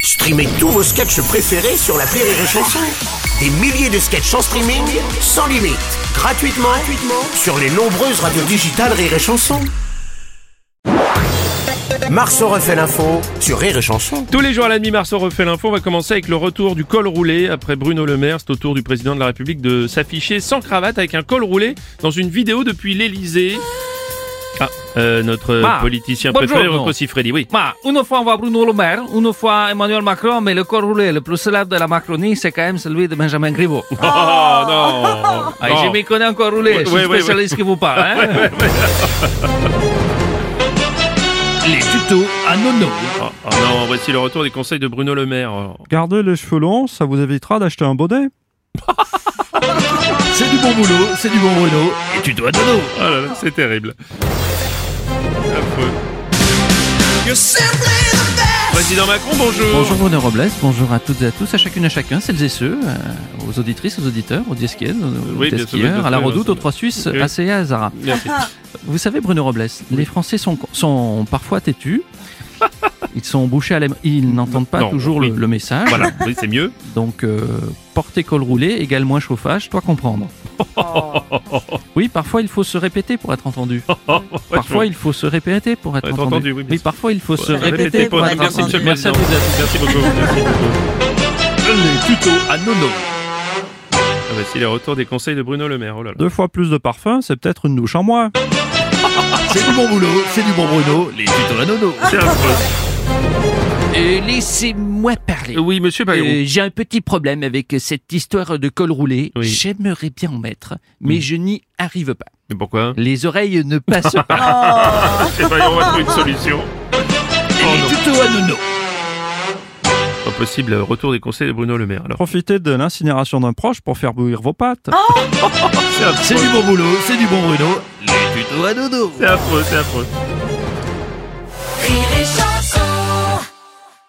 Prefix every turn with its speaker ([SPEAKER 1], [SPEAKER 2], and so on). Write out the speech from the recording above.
[SPEAKER 1] Streamez tous vos sketchs préférés sur la Rire et Chanson. Des milliers de sketchs en streaming, sans limite, gratuitement, gratuitement sur les nombreuses radios digitales Rire et Chanson. Marceau refait l'info sur Rire et Chanson.
[SPEAKER 2] Tous les jours à la demi-mars, on refait l'info. On va commencer avec le retour du col roulé. Après Bruno Le Maire, c'est au tour du président de la République de s'afficher sans cravate avec un col roulé dans une vidéo depuis l'Elysée. Ah, euh, notre
[SPEAKER 3] Ah,
[SPEAKER 2] politicien
[SPEAKER 3] bonjour,
[SPEAKER 2] préféré,
[SPEAKER 3] non.
[SPEAKER 2] Rocco Siffredi, oui.
[SPEAKER 3] Ma une fois on voit Bruno Le Maire, une fois Emmanuel Macron, mais le corps roulé, le plus célèbre de la Macronie, c'est quand même celui de Benjamin Griveaux.
[SPEAKER 2] Oh, non,
[SPEAKER 3] Ah,
[SPEAKER 2] non.
[SPEAKER 3] je m'y connais en corps roulé, je suis
[SPEAKER 2] oui, oui,
[SPEAKER 3] spécialiste qui vous parle. Hein
[SPEAKER 4] Les tutos à nono.
[SPEAKER 2] Oh, oh, non, voici le retour des conseils de Bruno Le Maire. Oh.
[SPEAKER 5] Gardez les cheveux longs, ça vous évitera d'acheter un bonnet.
[SPEAKER 4] C'est du bon boulot, c'est du bon Bruno. Et tutos à nono.
[SPEAKER 2] Oh là là, c'est terrible. Affreux. Président Macron, bonjour.
[SPEAKER 3] Bonjour Bruno Robles, bonjour à toutes et à tous, à chacune et à chacun, celles et ceux, euh, aux auditrices, aux auditeurs, aux diesquiennes, aux,
[SPEAKER 2] Oui, bien sûr, bien sûr,
[SPEAKER 3] skieurs, à la
[SPEAKER 2] bien
[SPEAKER 3] redoute,
[SPEAKER 2] sûr.
[SPEAKER 3] aux trois Suisses,
[SPEAKER 2] Oui.
[SPEAKER 3] à Céa, à Zara.
[SPEAKER 2] Merci.
[SPEAKER 3] Vous savez, Bruno Robles, les Français sont, sont parfois têtus. Ils sont bouchés à la... Ils n'entendent pas
[SPEAKER 2] Non,
[SPEAKER 3] toujours
[SPEAKER 2] oui.
[SPEAKER 3] le, le message.
[SPEAKER 2] Voilà, oui, c'est mieux.
[SPEAKER 3] Donc, euh, porter col roulé égale moins chauffage, toi comprendre. Oui, parfois il faut se répéter pour être entendu. Parfois il faut se répéter pour être
[SPEAKER 2] Être
[SPEAKER 3] entendu.
[SPEAKER 2] entendu, oui, bien sûr.
[SPEAKER 3] parfois il faut se
[SPEAKER 2] Répétez
[SPEAKER 3] répéter pour être
[SPEAKER 2] Merci,
[SPEAKER 3] entendu.
[SPEAKER 2] monsieur le
[SPEAKER 3] Merci à
[SPEAKER 2] président.
[SPEAKER 3] vous tous.
[SPEAKER 2] Merci beaucoup. Merci beaucoup.
[SPEAKER 4] Les tutos à nono.
[SPEAKER 2] Ah, voici les retours des conseils de Bruno Le Maire. Oh là là.
[SPEAKER 5] Deux fois plus de parfum, c'est peut-être une douche en moins.
[SPEAKER 4] C'est du bon boulot, c'est du bon Bruno. Les tutos à nono.
[SPEAKER 2] C'est affreux.
[SPEAKER 3] Euh, Laissez-moi parler.
[SPEAKER 2] Oui, monsieur Bayrou.
[SPEAKER 3] Euh, J'ai un petit problème avec cette histoire de col roulé.
[SPEAKER 2] Oui.
[SPEAKER 3] J'aimerais bien en mettre, mais
[SPEAKER 4] Mm.
[SPEAKER 3] je n'y arrive pas.
[SPEAKER 2] Mais pourquoi
[SPEAKER 3] Les oreilles ne passent pas.
[SPEAKER 2] Monsieur Bayrou va trouver une solution. Oh non.
[SPEAKER 4] Les tutos à nono.
[SPEAKER 2] Pas possible, euh, retour des conseils de Bruno Le Maire. Alors,
[SPEAKER 5] Profitez de l'incinération d'un proche pour faire bouillir vos pâtes.
[SPEAKER 2] c'est affreux.
[SPEAKER 4] C'est du bon boulot, c'est du bon Bruno. Les tutos à nono.
[SPEAKER 2] C'est affreux, c'est affreux.